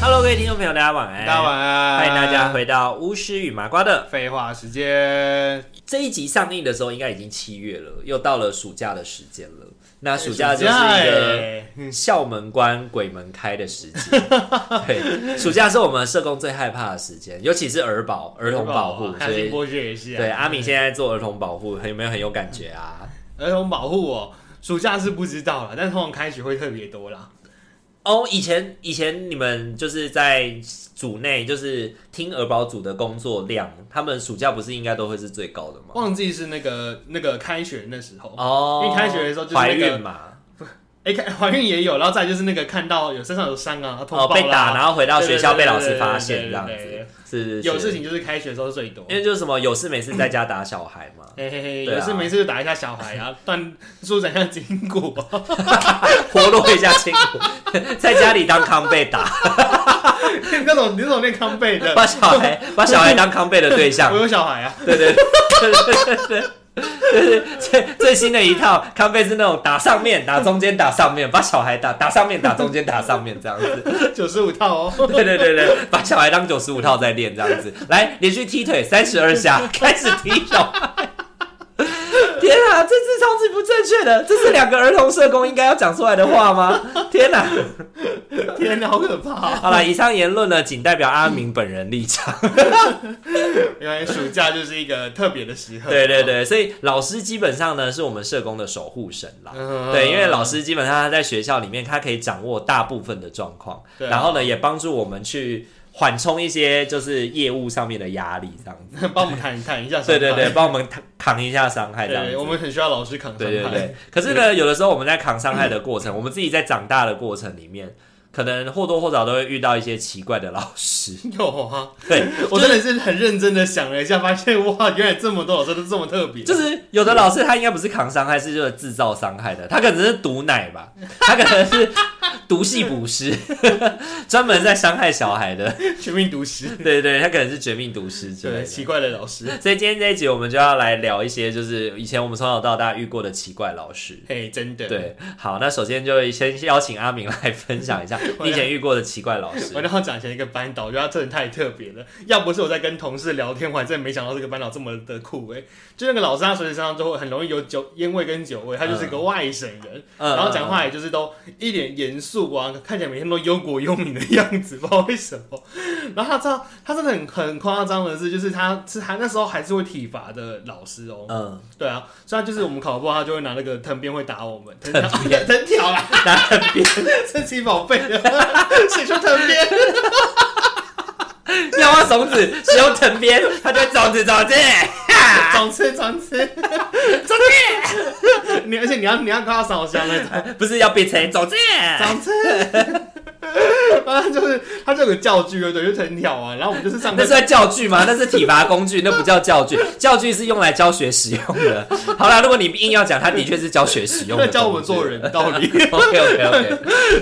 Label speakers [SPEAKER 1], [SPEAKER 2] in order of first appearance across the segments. [SPEAKER 1] Hello，各位听众朋友，大家晚安，
[SPEAKER 2] 大家晚安，
[SPEAKER 1] 欢迎大家。回到巫师与麻瓜的
[SPEAKER 2] 废话时间，
[SPEAKER 1] 这一集上映的时候，应该已经七月了，又到了暑假的时间了。那暑假就是一个
[SPEAKER 2] 哎
[SPEAKER 1] 校门关、鬼门开的时间。 对，暑假是我们社工最害怕的时间，尤其是儿保、儿童保护，哎所
[SPEAKER 2] 还有新
[SPEAKER 1] 以
[SPEAKER 2] 嗯剥削也是啊。
[SPEAKER 1] 对阿敏现在做儿童保护，很有没有很有感觉啊？
[SPEAKER 2] 儿童保护哦，暑假是不知道了，但通常开学会特别多啦。
[SPEAKER 1] 哦，以前以前你们就是在组内，就是听儿保组的工作量，他们暑假不是应该都会是最高的吗？
[SPEAKER 2] 忘记是那个那个开学那时候，
[SPEAKER 1] 哦，
[SPEAKER 2] 因为开学的时候就是那个
[SPEAKER 1] 怀孕嘛，
[SPEAKER 2] 哎、看怀孕也有，然后再就是那个看到有身上有伤啊，然后
[SPEAKER 1] 哦
[SPEAKER 2] 通报
[SPEAKER 1] 被打，
[SPEAKER 2] 啦，
[SPEAKER 1] 然后回到学校被
[SPEAKER 2] 对对对
[SPEAKER 1] 老师发现
[SPEAKER 2] 对对对
[SPEAKER 1] 这样子
[SPEAKER 2] 对对对，
[SPEAKER 1] 是是是
[SPEAKER 2] 有事，情就是开学的时候最多。
[SPEAKER 1] 因为就是什么有事没事在家打小孩嘛，
[SPEAKER 2] 嘿嘿嘿，
[SPEAKER 1] 对啊
[SPEAKER 2] 有事没事就打一下小孩啊，断 舒展一下筋骨啊，
[SPEAKER 1] 活络一下筋骨，在家里当康贝打，
[SPEAKER 2] 那种那种练康背 的，
[SPEAKER 1] 把小孩把小孩当康贝的对象
[SPEAKER 2] 我，有小孩啊，
[SPEAKER 1] 对对对对对对。就是最最新的一套康贝是那种打上面、打中间、打上面，把小孩打打上面、打中间、打上面这样子。
[SPEAKER 2] 九十五套哦。
[SPEAKER 1] 对对对对，把小孩当九十五套在练这样子，来连续踢腿三十二下，开始踢小孩。天啊，这是超级不正确的，这是两个儿童社工应该要讲出来的话吗？天哪、
[SPEAKER 2] 天哪，好可怕、哦！
[SPEAKER 1] 好了，以上言论呢，仅代表阿明本人立场。
[SPEAKER 2] 原来暑假就是一个特别的时刻。
[SPEAKER 1] 对对对，所以老师基本上呢是我们社工的守护神啦。
[SPEAKER 2] 嗯，
[SPEAKER 1] 对，因为老师基本上他在学校里面，他可以掌握大部分的状况，
[SPEAKER 2] 对啊
[SPEAKER 1] 然后呢也帮助我们去缓冲一些就是业务上面的压力，这样子。
[SPEAKER 2] 帮我们谈谈一下伤
[SPEAKER 1] 对
[SPEAKER 2] 害。
[SPEAKER 1] 对对，帮我们扛扛一下伤害这样
[SPEAKER 2] 对，我
[SPEAKER 1] 子。
[SPEAKER 2] 们很需要老师扛伤
[SPEAKER 1] 对
[SPEAKER 2] 害。
[SPEAKER 1] 对 对，可是呢，有的时候我们在扛伤害的过程，我们自己在长大的过程里面，可能或多或少都会遇到一些奇怪的老 师。
[SPEAKER 2] 有啊，
[SPEAKER 1] 对，
[SPEAKER 2] 我真的是很认真的想了一下，发现哇，原来这么多老师都这么特别。
[SPEAKER 1] 就是有的老师他应该不是扛伤害，是就是制造伤害的，他可能是毒奶吧，他可能是毒系捕食， 专门在伤害小孩的，
[SPEAKER 2] 全民毒师，
[SPEAKER 1] 对对对，他可能是绝命毒师之类
[SPEAKER 2] 对，
[SPEAKER 1] 的。
[SPEAKER 2] 奇怪的老师。
[SPEAKER 1] 所以今天这一集我们就要来聊一些，就是以前我们从小到大遇过的奇怪老师。
[SPEAKER 2] 嘿，真的。，
[SPEAKER 1] 对，好，那首先就先邀请阿明来分享一 下你以前遇过的奇怪老师
[SPEAKER 2] 我。然后讲起来一个班导，我觉得他真的太特别了。要不是我在跟同事聊天，我还真没想到这个班导这么的酷诶、就那个老师，他随时身上都会很容易有酒烟味跟酒味，他就是个外省人。
[SPEAKER 1] 嗯
[SPEAKER 2] 然后讲话也就是都一脸严肃啊，看起来每天都忧国忧民的样子，不知道为什么。 然后他知道他真的很很夸张的是，就是他是他那时候还是会体罚的老师哦。
[SPEAKER 1] 嗯，
[SPEAKER 2] 对啊，所以他就是我们考不好，他就会拿那个藤鞭会打我们，藤
[SPEAKER 1] 藤
[SPEAKER 2] 条 藤条啦，
[SPEAKER 1] 拿藤 鞭
[SPEAKER 2] 神奇宝贝 啊，谁说藤 鞭？
[SPEAKER 1] 嗯要挖种子，使用藤鞭，他就会种子种 子。啊
[SPEAKER 2] 长吃长吃长吃！ 你而且你要你要跟他烧香那种。
[SPEAKER 1] 不是要变成走这，
[SPEAKER 2] 长 吃，反正就是他就有个教具，对，就藤条啊。然后我们就是上课
[SPEAKER 1] 那算教具吗？那是体罚工具，那不叫教具。教具是用来教学使用 的。好啦，如果你硬要讲，它的确是教学使用
[SPEAKER 2] 在
[SPEAKER 1] 的。
[SPEAKER 2] 教我们做。人的道 理。
[SPEAKER 1] OK OK OK。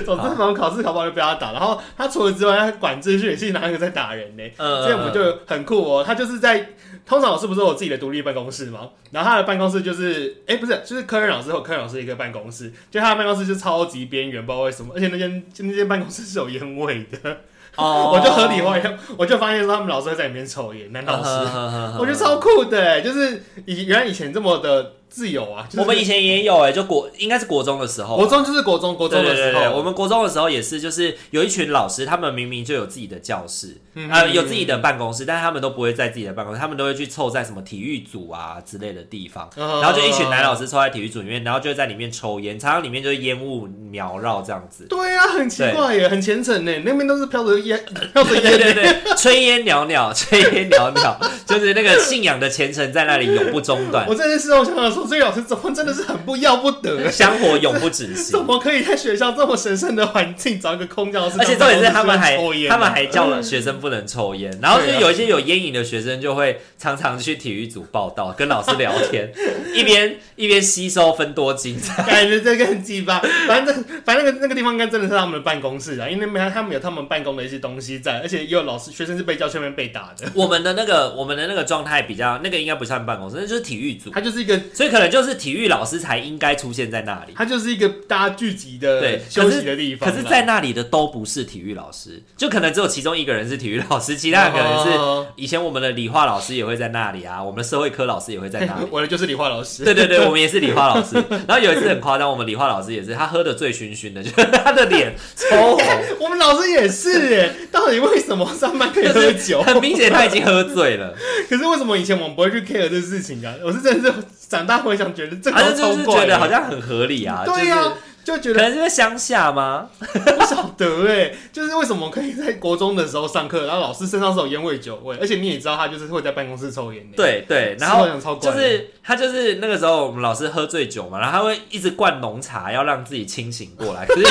[SPEAKER 2] 总之，反正考试考不好就被他打。然后他除了之外，他管秩序也是拿那个在打人呢、
[SPEAKER 1] 嗯
[SPEAKER 2] 所以我们就很酷哦。他就是在通常老师不是都有自己的独立办公室吗？然后他的办公室就是，哎、不是，就是科任老师和科任老师一个办公室，就他的办公室就超级边缘，不知道为什么。而且那间那间办公室是有烟味的，
[SPEAKER 1] 哦
[SPEAKER 2] 我就合理化，我就发现说他们老师会在里面抽烟，男老师。
[SPEAKER 1] 啊
[SPEAKER 2] 我觉得。超酷的、欸，就是以原来以前这么的自由啊。就是、
[SPEAKER 1] 我们以前也有哎、就国应该是国中的时候，
[SPEAKER 2] 国中就是国中，国中的时候，
[SPEAKER 1] 对
[SPEAKER 2] 哦
[SPEAKER 1] 对对对我们国中的时候也是，就是有一群老师，他们明明就有自己的教室，
[SPEAKER 2] 嗯
[SPEAKER 1] 啊，有自己的办公室，但是他们都不会在自己的办公室，他们都会去凑在什么体育组啊之类的地方，
[SPEAKER 2] 嗯
[SPEAKER 1] 然后就一群男老师凑在体育组里面，然后就会在里面抽烟，常常里面就是烟雾缭绕这样子。
[SPEAKER 2] 对啊，很奇怪耶，很虔诚呢。那边都是飘着烟，飘着
[SPEAKER 1] 对对
[SPEAKER 2] 烟，
[SPEAKER 1] 对，炊烟袅袅，炊烟袅袅，就是那个信仰的虔诚在那里永不中断。
[SPEAKER 2] 我在这事后想想说这个老师怎么真的是很不要不得，
[SPEAKER 1] 香火永不止息
[SPEAKER 2] 怎。么可以在学校这么神圣的环境找一个空教室？
[SPEAKER 1] 而且重点是他们还
[SPEAKER 2] 抽烟啊
[SPEAKER 1] 他们还叫了学生不能抽烟，然后就
[SPEAKER 2] 对啊
[SPEAKER 1] 有一些有烟瘾的学生就会常常去体育组报道，跟老师聊天， 一边一边吸收分多精。
[SPEAKER 2] 感觉这个很鸡巴，反正反正那个那个地方应该真的是他们的办公室啊，因为那边他们有他们办公的一些东西在，而且也有老师学生是被教训面被打的，
[SPEAKER 1] 我们的那个我们的那个状态比较那个应该不算办公室，那就是体育组，
[SPEAKER 2] 他就是一个
[SPEAKER 1] 所以可能就是体育老师才应该出现在那里。
[SPEAKER 2] 他就是一个大家聚集的
[SPEAKER 1] 对
[SPEAKER 2] 休息的地方啊
[SPEAKER 1] 可
[SPEAKER 2] 啦，
[SPEAKER 1] 是，在那里的都不是体育老师，就可能只有其中一个人是体育老师，其他的可能是
[SPEAKER 2] 哦
[SPEAKER 1] 以前我们的理化老师也会在那里啊，我们的社会科老师也会在那里。
[SPEAKER 2] 我的就是理化老 师，
[SPEAKER 1] 对对对，我们也是理化老师。 然后有一次很夸张，我们理化老师也是，他喝的醉醺醺的， 就是他的脸超 红，
[SPEAKER 2] 我们老师也是哎，到底为什么上班可以喝 酒？
[SPEAKER 1] 很明显他已经喝醉了。
[SPEAKER 2] 可是为什么以前我们不会去 care 这事情啊？我是真的是长大回想，觉得 这
[SPEAKER 1] 他就
[SPEAKER 2] 个
[SPEAKER 1] 就
[SPEAKER 2] 超
[SPEAKER 1] 是
[SPEAKER 2] 怪
[SPEAKER 1] 觉
[SPEAKER 2] 的，
[SPEAKER 1] 得好像很合理啊，
[SPEAKER 2] 对
[SPEAKER 1] 呀、
[SPEAKER 2] 呀，就觉
[SPEAKER 1] 可
[SPEAKER 2] 得
[SPEAKER 1] 能是因为乡下吗？
[SPEAKER 2] 不晓得哎、就是为什么可以在国中的时候上课，然后老师身上是有烟味酒味，而且你也知道他就是会在办公室抽烟的、欸
[SPEAKER 1] 对对，然
[SPEAKER 2] 是啊
[SPEAKER 1] 后
[SPEAKER 2] 我想超怪
[SPEAKER 1] 就
[SPEAKER 2] 的
[SPEAKER 1] 是他就是那个时候我们老师喝醉酒嘛，然后他会一直灌浓茶，要让自己清醒过来。可是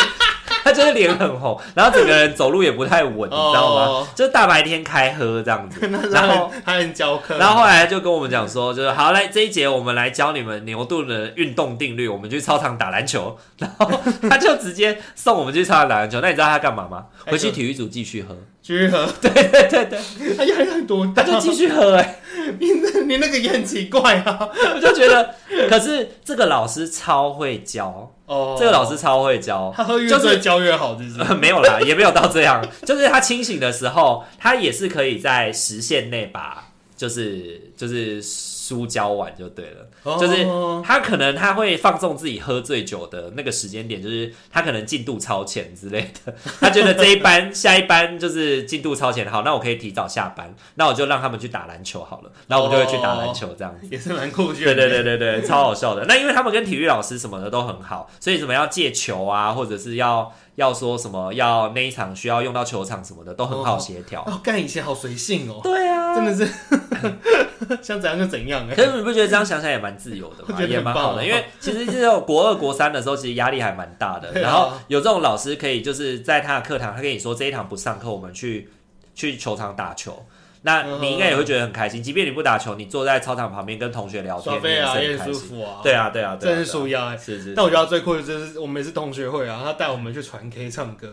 [SPEAKER 1] 他就是脸很红，然后整个人走路也不太稳，你知道
[SPEAKER 2] 哦
[SPEAKER 1] 吗？就是大白天开喝这样子
[SPEAKER 2] 那，他
[SPEAKER 1] 然后
[SPEAKER 2] 很他很教 课，
[SPEAKER 1] 然后后来就跟我们讲说，就是好来这一节我们来教你们牛顿的运动定律，我们去操场打篮球。然后他就直接送我们去操场打篮球。那你知道他干嘛吗？
[SPEAKER 2] 干嘛
[SPEAKER 1] 回去体育组继续喝。
[SPEAKER 2] 继续喝，
[SPEAKER 1] 对对对对，
[SPEAKER 2] 他压力很多
[SPEAKER 1] 他
[SPEAKER 2] 大，
[SPEAKER 1] 就继续喝、哎，
[SPEAKER 2] 你那你那个也很奇怪啊。
[SPEAKER 1] 我就觉得，可是这个老师超会教，
[SPEAKER 2] 哦，
[SPEAKER 1] 这个老师超会教。
[SPEAKER 2] 他喝越
[SPEAKER 1] 就是
[SPEAKER 2] 醉教越好，就是
[SPEAKER 1] 没有啦，也没有到这样，就是他清醒的时候，他也是可以在时限内把就是就是书教完就对了。就是
[SPEAKER 2] 哦
[SPEAKER 1] 他可能他会放纵自己喝醉酒的那个时间点，就是他可能进度超前之类的。他觉得这一班下一班就是进度超前，好，那我可以提早下班，那我就让他们去打篮球好了。然后我们就会去打篮球这 样子。
[SPEAKER 2] 也是蛮酷炫
[SPEAKER 1] 对
[SPEAKER 2] 的，
[SPEAKER 1] 对对对对，超好笑的。那因为他们跟体育老师什么的都很好，所以什么要借球啊，或者是要要说什么要那一场需要用到球场什么的，都很好协调。
[SPEAKER 2] 哦，干以前好随性哦，
[SPEAKER 1] 对啊，
[SPEAKER 2] 真的是 想怎样就怎样 哎、
[SPEAKER 1] 可是你不觉得这样想想也蛮自由的
[SPEAKER 2] 我
[SPEAKER 1] 吗？
[SPEAKER 2] 觉得
[SPEAKER 1] 也蛮好
[SPEAKER 2] 很棒
[SPEAKER 1] 的，
[SPEAKER 2] 哦
[SPEAKER 1] 因为其实这种国二、国三的时候，其实压力还蛮大的。
[SPEAKER 2] 对啊
[SPEAKER 1] 然后有这种老师可以就是在他的课堂，他跟你说这一堂不上课，我们去去球场打球。那
[SPEAKER 2] 嗯
[SPEAKER 1] 你应该也会觉得很开心，即便你不打球，你坐在操场旁边跟同学聊天，
[SPEAKER 2] 耍飞啊
[SPEAKER 1] 你也
[SPEAKER 2] 也
[SPEAKER 1] 是很
[SPEAKER 2] 很
[SPEAKER 1] 开
[SPEAKER 2] 舒
[SPEAKER 1] 心。
[SPEAKER 2] 服啊，
[SPEAKER 1] 对啊，对啊，对啊，
[SPEAKER 2] 真的是舒压哎、
[SPEAKER 1] 对啊是是。
[SPEAKER 2] 但我觉得最酷的就是我们也是同学会啊，他带我们去传 K 唱歌，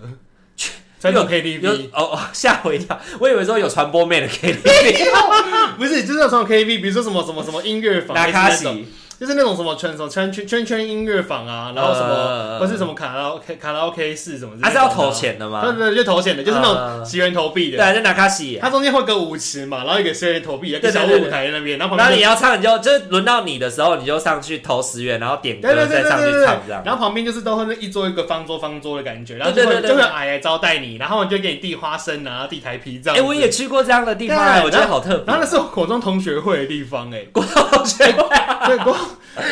[SPEAKER 2] 传
[SPEAKER 1] 有
[SPEAKER 2] 统
[SPEAKER 1] 有
[SPEAKER 2] KTV，
[SPEAKER 1] 哦哦，吓我一跳，我以为说有传播妹的 KTV，
[SPEAKER 2] 不是就是那种 KTV，比如说什么什么什么音乐坊，
[SPEAKER 1] 拿卡
[SPEAKER 2] 类似那种
[SPEAKER 1] 西，
[SPEAKER 2] 就是那种什么圈什么圈圈圈圈音乐坊啊，然后什么
[SPEAKER 1] 呃
[SPEAKER 2] 或是什么卡拉 OK 卡拉 OK 室什么之类的
[SPEAKER 1] 他
[SPEAKER 2] 啊，
[SPEAKER 1] 是要投钱的
[SPEAKER 2] 对，
[SPEAKER 1] 吗？
[SPEAKER 2] 对对，就投钱的，就是那
[SPEAKER 1] 呃
[SPEAKER 2] 种十元投币
[SPEAKER 1] 对
[SPEAKER 2] 的，
[SPEAKER 1] 啊，就拿卡西。
[SPEAKER 2] 它中间会有个舞池嘛，然后一个十元投币，一个
[SPEAKER 1] 对对
[SPEAKER 2] 小
[SPEAKER 1] 对
[SPEAKER 2] 舞
[SPEAKER 1] 对
[SPEAKER 2] 台在那边，然后
[SPEAKER 1] 然
[SPEAKER 2] 旁
[SPEAKER 1] 后你
[SPEAKER 2] 边
[SPEAKER 1] 要唱，你就就是轮到你的时候，你就上去投十元，然后点
[SPEAKER 2] 对对
[SPEAKER 1] 歌再
[SPEAKER 2] 对对
[SPEAKER 1] 上
[SPEAKER 2] 对
[SPEAKER 1] 去
[SPEAKER 2] 对
[SPEAKER 1] 唱这样。
[SPEAKER 2] 然后旁边就是都会那一桌一个方桌方桌的感觉，然后就
[SPEAKER 1] 对对对
[SPEAKER 2] 会
[SPEAKER 1] 对
[SPEAKER 2] 就会
[SPEAKER 1] 对
[SPEAKER 2] 有矮来招待你，然后我就给你递花生啊，递台皮这样
[SPEAKER 1] 哎、
[SPEAKER 2] 子。
[SPEAKER 1] 我也去过这样的地方、
[SPEAKER 2] 对
[SPEAKER 1] 哎，我觉得好特别。
[SPEAKER 2] 然后那是我国中同学会的地方哎、
[SPEAKER 1] 国 同学会，
[SPEAKER 2] 对国，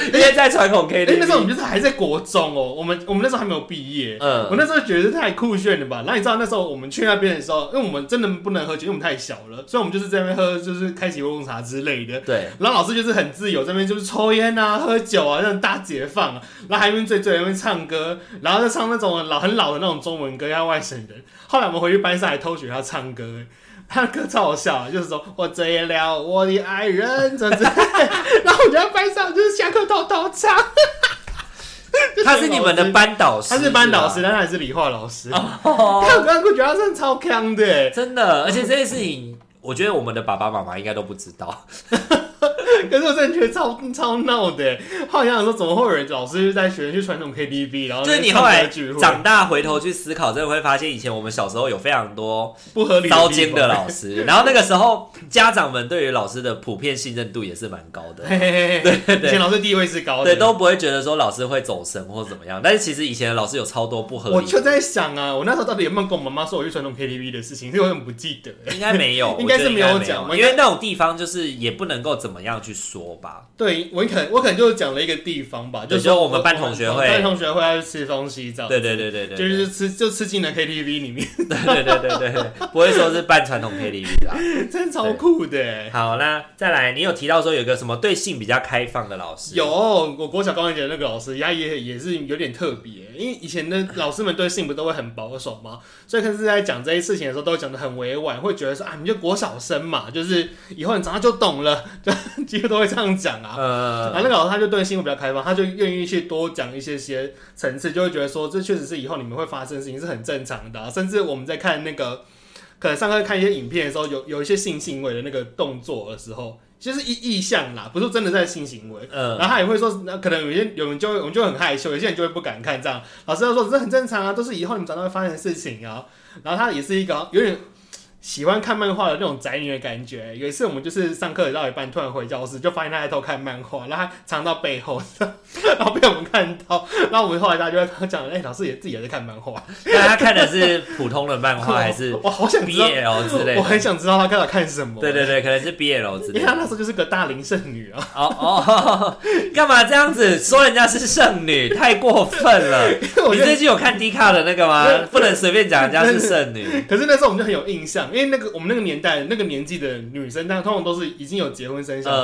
[SPEAKER 1] 因为在传统
[SPEAKER 2] 哎、那时候我
[SPEAKER 1] KTV，
[SPEAKER 2] 们就是还在国中哦，我们我们那时候还没有毕业，
[SPEAKER 1] 嗯
[SPEAKER 2] 我那时候觉得太酷炫了吧。然后你知道那时候我们去那边的时候，因为我们真的不能喝酒，因为我们太小了，所以我们就是在那边喝，就是开启乌龙茶之类的。
[SPEAKER 1] 对，
[SPEAKER 2] 然后老师就是很自由，这边就是抽烟啊、喝酒啊，那种大解放、啊。然后还一边醉醉，一边唱歌，然后再唱那种老很老的那种中文歌，要外省人。后来我们回去班上还偷学他唱歌、欸他的歌超好笑啊，就是说我醉了我的爱人，这这。 然后我就在班上就是下课偷偷唱。
[SPEAKER 1] 他是你们的班导师，
[SPEAKER 2] 他是班导
[SPEAKER 1] 吧
[SPEAKER 2] 师，但他也是理化老师。
[SPEAKER 1] 哦，
[SPEAKER 2] 看我刚刚觉得 他真的超强的欸，
[SPEAKER 1] 真的，而且这件事情，我觉得我们的爸爸妈妈应该都不知道。
[SPEAKER 2] 可是我真的觉得超超闹的欸。后来想想说，怎么会有人老师在学生去传统 KTV，然后
[SPEAKER 1] 就是你
[SPEAKER 2] 在
[SPEAKER 1] 后来
[SPEAKER 2] 哦唱歌聚会
[SPEAKER 1] 长大回头去思考，真的会发现，以前我们小时候有非常多
[SPEAKER 2] 不合理
[SPEAKER 1] 糟尖的
[SPEAKER 2] 了。
[SPEAKER 1] 老师，然后那个时候家长们对于老师的普遍信任度也是蛮高的，
[SPEAKER 2] 嘿嘿嘿嘿，对以前老师地位是哦高的，
[SPEAKER 1] 对，都不会觉得说老师会走神或怎么样。但是其实以前的老师有超多不合理的，
[SPEAKER 2] 我就在想啊，我那时候到底有没有跟我妈妈说我去传统 KTV 的事情？因为我很不记得欸。
[SPEAKER 1] 应该没有，
[SPEAKER 2] 应该
[SPEAKER 1] 我觉得
[SPEAKER 2] 是
[SPEAKER 1] 应
[SPEAKER 2] 没有
[SPEAKER 1] 该
[SPEAKER 2] 讲
[SPEAKER 1] 因为那种地方就是也不能够怎么样去去说吧。
[SPEAKER 2] 对我可能我可能就讲了一个地方吧，
[SPEAKER 1] 对
[SPEAKER 2] 是说
[SPEAKER 1] 就我们班同学会
[SPEAKER 2] 班同学会要去吃东西这样，
[SPEAKER 1] 对对对对对，
[SPEAKER 2] 就是吃就吃进了 KTV 里面，
[SPEAKER 1] 对 对对对对对，不会说是半传统 KTV 啦。
[SPEAKER 2] 真的超酷的欸。
[SPEAKER 1] 好，那再来，你有提到说有个什么对性比较开放的老师？
[SPEAKER 2] 有，我国小高年级的那个老师，他也也是有点特别，因为以前的老师们对性不都会很保守嘛，所以可能是在讲这些事情的时候，都会讲的很委婉，会觉得说啊，你就国小生嘛， 就是以后你长大就懂了， 就几乎都会这样讲啊。
[SPEAKER 1] 呃，
[SPEAKER 2] 啊，那个老师他就对性会比较开放，他就愿意去多讲一些些层次，就会觉得说这确实是以后你们会发生的事情是很正常的啊、甚至我们在看那个可能上课看一些影片的时候，有有一些性行为的那个动作的时候，就是意意向啦，不是真的在性行为。
[SPEAKER 1] 嗯
[SPEAKER 2] 然后他也会说，那可能有些有人就会我们就会很害羞，有些人就会不敢看这样。老师就说这很正常啊，都是以后你们长大会发生的事情啊。然后他也是一个有点喜欢看漫画的那种宅女的感觉。有一次我们就是上课到一半，突然回教室就发现他在偷看漫画，然后他藏到背后， 然后被我们看到。然后我们后来大家就在跟他讲，哎、老师也自己也在看漫画，
[SPEAKER 1] 那他看的是普通的漫画还是
[SPEAKER 2] 我好想知道，
[SPEAKER 1] BL 之类
[SPEAKER 2] 我很
[SPEAKER 1] 的？
[SPEAKER 2] 想知道他刚才看什么。
[SPEAKER 1] 对对对，可能是 BL 之
[SPEAKER 2] 因
[SPEAKER 1] 类
[SPEAKER 2] 为他那
[SPEAKER 1] 的
[SPEAKER 2] 时。候就是个大龄剩女啊，
[SPEAKER 1] 哦哦，干嘛这样子说人家是剩女？太过分了！
[SPEAKER 2] 因为 我
[SPEAKER 1] 你
[SPEAKER 2] 觉得
[SPEAKER 1] 最近有看 D 卡的那个
[SPEAKER 2] 没有
[SPEAKER 1] 吗？不能随便讲人家是剩女。
[SPEAKER 2] 可是那时候我们就很有印象，因为那个我们那个年代那个年纪的女生，她通常都是已经有结婚生小孩的。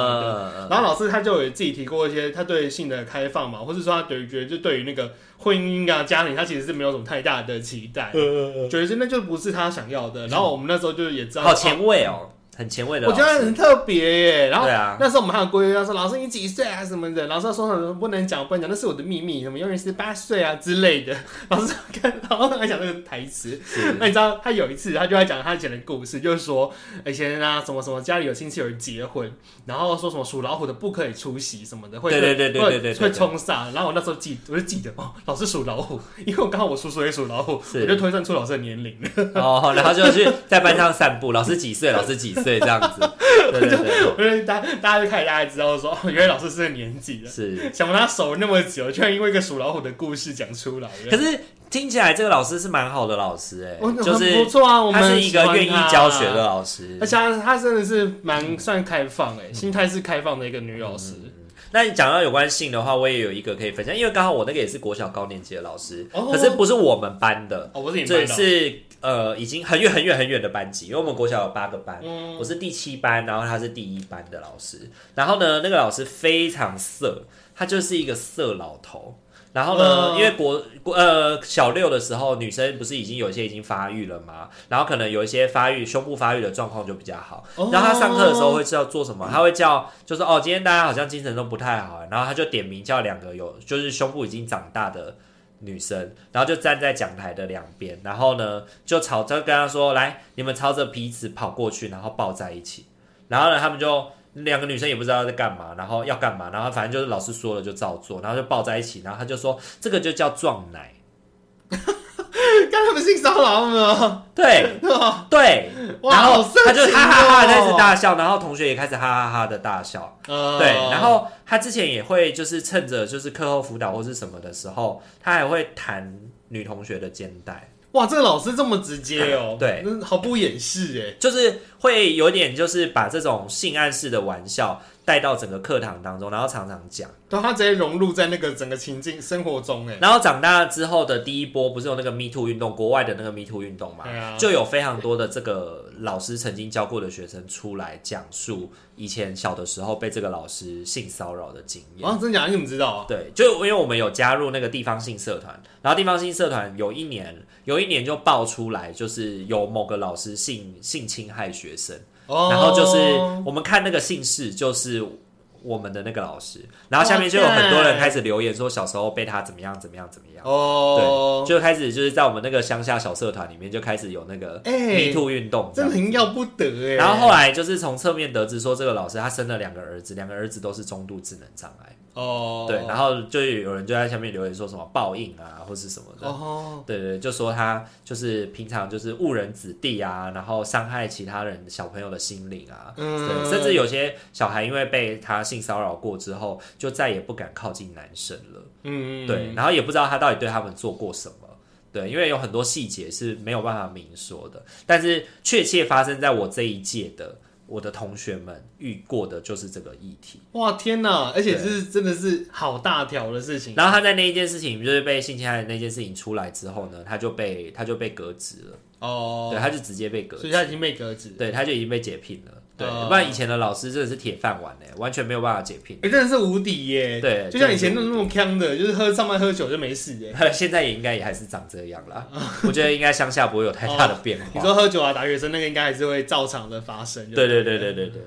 [SPEAKER 1] 呃，
[SPEAKER 2] 然后老师他就有自己提过一些他对性的开放嘛，或是说他对于觉得就对于那个婚姻啊家庭，他其实是没有什么太大的期 待，
[SPEAKER 1] 呃
[SPEAKER 2] 觉得那就不是他想要的。然后我们那时候就也知道，
[SPEAKER 1] 好前卫哦，很前卫
[SPEAKER 2] 哦
[SPEAKER 1] 的
[SPEAKER 2] 我
[SPEAKER 1] 老师。
[SPEAKER 2] 觉得很特别耶。然后
[SPEAKER 1] 对啊，
[SPEAKER 2] 那时候我们还有规约，他说老师你几岁啊什么的，老师说什么不能讲不能讲，那是我的秘密，什么永远十八岁啊之类的。老师看，然后他还讲那个台词，
[SPEAKER 1] 是
[SPEAKER 2] 那你知道他有一次，他就在讲他以前的故事，就是说以前啊什么什么家里有亲戚有人结婚，然后说什么属老虎的不可以出席什么的，会
[SPEAKER 1] 对对对对
[SPEAKER 2] 会
[SPEAKER 1] 对对对
[SPEAKER 2] 会冲煞。然后我那时候记，我就记得哦，老师属老虎，因为我刚好我叔叔也属老虎，
[SPEAKER 1] 是
[SPEAKER 2] 我就推算出老师的年龄了。
[SPEAKER 1] 哦，然后就去在班 上散步，老师几岁，老师几岁这样子。对对对，
[SPEAKER 2] 我就大大家就开始大家知道说，哦，原来老师是这个年纪的。
[SPEAKER 1] 是。
[SPEAKER 2] 想不到他守那么久，居然因为一个属老虎的故事讲出来
[SPEAKER 1] 可
[SPEAKER 2] 了。
[SPEAKER 1] 是听起来这个老师是蛮好的老师哎、
[SPEAKER 2] 我
[SPEAKER 1] 就
[SPEAKER 2] 很
[SPEAKER 1] 是
[SPEAKER 2] 不错啊，我
[SPEAKER 1] 他
[SPEAKER 2] 们
[SPEAKER 1] 是一个
[SPEAKER 2] 喜欢
[SPEAKER 1] 愿意
[SPEAKER 2] 他啊
[SPEAKER 1] 教学的老师
[SPEAKER 2] 而。且他他真的是蛮算开放哎、心态是开放的一个女老师。
[SPEAKER 1] 嗯那你讲到有关性的话，我也有一个可以分享，因为刚好我那个也是国小高年级的老师，
[SPEAKER 2] 哦
[SPEAKER 1] 可是不是我们班的，
[SPEAKER 2] 哦，我是你
[SPEAKER 1] 这
[SPEAKER 2] 班的哦，
[SPEAKER 1] 是呃已经很远很远很远的班级，因为我们国小有八个班，
[SPEAKER 2] 嗯
[SPEAKER 1] 我是第七班，然后他是第一班的老师，然后呢，那个老师非常色，他就是一个色老头。然后呢，
[SPEAKER 2] 嗯
[SPEAKER 1] 因为国国呃小六的时候，女生不是已经有一些已经发育了吗？然后可能有一些发育胸部发育的状况就比较好。
[SPEAKER 2] 哦
[SPEAKER 1] 然后他上课的时候会知道做什么，他会叫就是哦，今天大家好像精神都不太好，然后他就点名叫两个有就是胸部已经长大的女生，然后就站在讲台的两边，然后呢就朝着跟他说，来，你们朝着彼此跑过去，然后抱在一起。然后呢，他们就两个女生也不知道在干嘛，然后要干嘛，然后反正就是老师说了就照做，然后就抱在一起，然后他就说这个就叫撞奶。
[SPEAKER 2] 刚他们性骚扰吗？
[SPEAKER 1] 对对，
[SPEAKER 2] 哇
[SPEAKER 1] 然后
[SPEAKER 2] 好色
[SPEAKER 1] 他就
[SPEAKER 2] 情
[SPEAKER 1] 哈哈哈
[SPEAKER 2] 哦
[SPEAKER 1] 开始大笑，然后同学也开始哈哈哈的大笑，
[SPEAKER 2] 呃
[SPEAKER 1] 对，然后他之前也会就是趁着就是课后辅导或是什么的时候，他还会弹女同学的肩带，
[SPEAKER 2] 哇，这个老师这么直接哦，
[SPEAKER 1] 对，
[SPEAKER 2] 毫不掩饰哎。
[SPEAKER 1] 就是会有点就是把这种性暗示的玩笑带到整个课堂当中，然后常常讲。
[SPEAKER 2] 对，他直接融入在那个整个情境生活中哎，
[SPEAKER 1] 然后长大之后的第一波不是有那个 Me Too 运动，国外的那个 Me Too 运动嘛
[SPEAKER 2] 对，啊
[SPEAKER 1] 就有非常多的这个老师曾经教过的学生出来讲述以前小的时候被这个老师性骚扰的经验。
[SPEAKER 2] 啊，真假的你怎么知道啊？
[SPEAKER 1] 对，就因为我们有加入那个地方性社团，然后地方性社团有一年，有一年就爆出来，就是有某个老师性性侵害学生，
[SPEAKER 2] 哦，
[SPEAKER 1] 然后就是我们看那个姓氏就是。我们的那个老师，然后下面就有很多人开始留言说小时候被他怎么样怎么样怎么样，
[SPEAKER 2] 哦，
[SPEAKER 1] 就开始就是在我们那个乡下小社团里面就开始有那个
[SPEAKER 2] 哎
[SPEAKER 1] Me Too 运动这
[SPEAKER 2] 真
[SPEAKER 1] 样子，
[SPEAKER 2] 的很要不得哎。
[SPEAKER 1] 然后后来就是从侧面得知说这个老师他生了两个儿子，两个儿子都是中度智能障碍。
[SPEAKER 2] 哦，
[SPEAKER 1] 对，然后就有人就在下面留言说什么报应啊，或是什么的。
[SPEAKER 2] 哦，
[SPEAKER 1] 对对，就说他就是平常就是误人子弟啊，然后伤害其他人小朋友的心灵啊，
[SPEAKER 2] 嗯
[SPEAKER 1] 对，甚至有些小孩因为被他性骚扰过之后，就再也不敢靠近男生了，
[SPEAKER 2] 嗯，
[SPEAKER 1] 对，然后也不知道他到底对他们做过什么，对，因为有很多细节是没有办法明说的，但是确切发生在我这一届的，我的同学们遇过的就是这个议题。
[SPEAKER 2] 哇天哪！而且这是真的是好大条的事情，
[SPEAKER 1] 然后他在那一件事情，就是被性侵害的那件事情出来之后呢，他就被他就被革职了，
[SPEAKER 2] 哦，
[SPEAKER 1] 对，他就直接被革
[SPEAKER 2] 所以
[SPEAKER 1] 职，
[SPEAKER 2] 他已经被革职。
[SPEAKER 1] 对，他就已经被解聘了，对，
[SPEAKER 2] 哦
[SPEAKER 1] 不然以前的老师真的是铁饭碗哎，完全没有办法解聘，
[SPEAKER 2] 哎、真的是无敌耶！
[SPEAKER 1] 对
[SPEAKER 2] 就像以前那种那么坑的，就是喝上班喝酒就没事耶。
[SPEAKER 1] 现在也应该也还是长这样啦，我觉得应该乡下不会有太大的变化。
[SPEAKER 2] 你说喝酒啊、打学生那个应该还是会照常的发生。
[SPEAKER 1] 对对对对对对，